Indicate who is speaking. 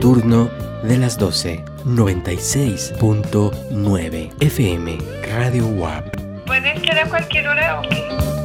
Speaker 1: turno de las 12, 96.9 FM, Radio WAP.
Speaker 2: ¿Pueden quedar a cualquier hora o qué?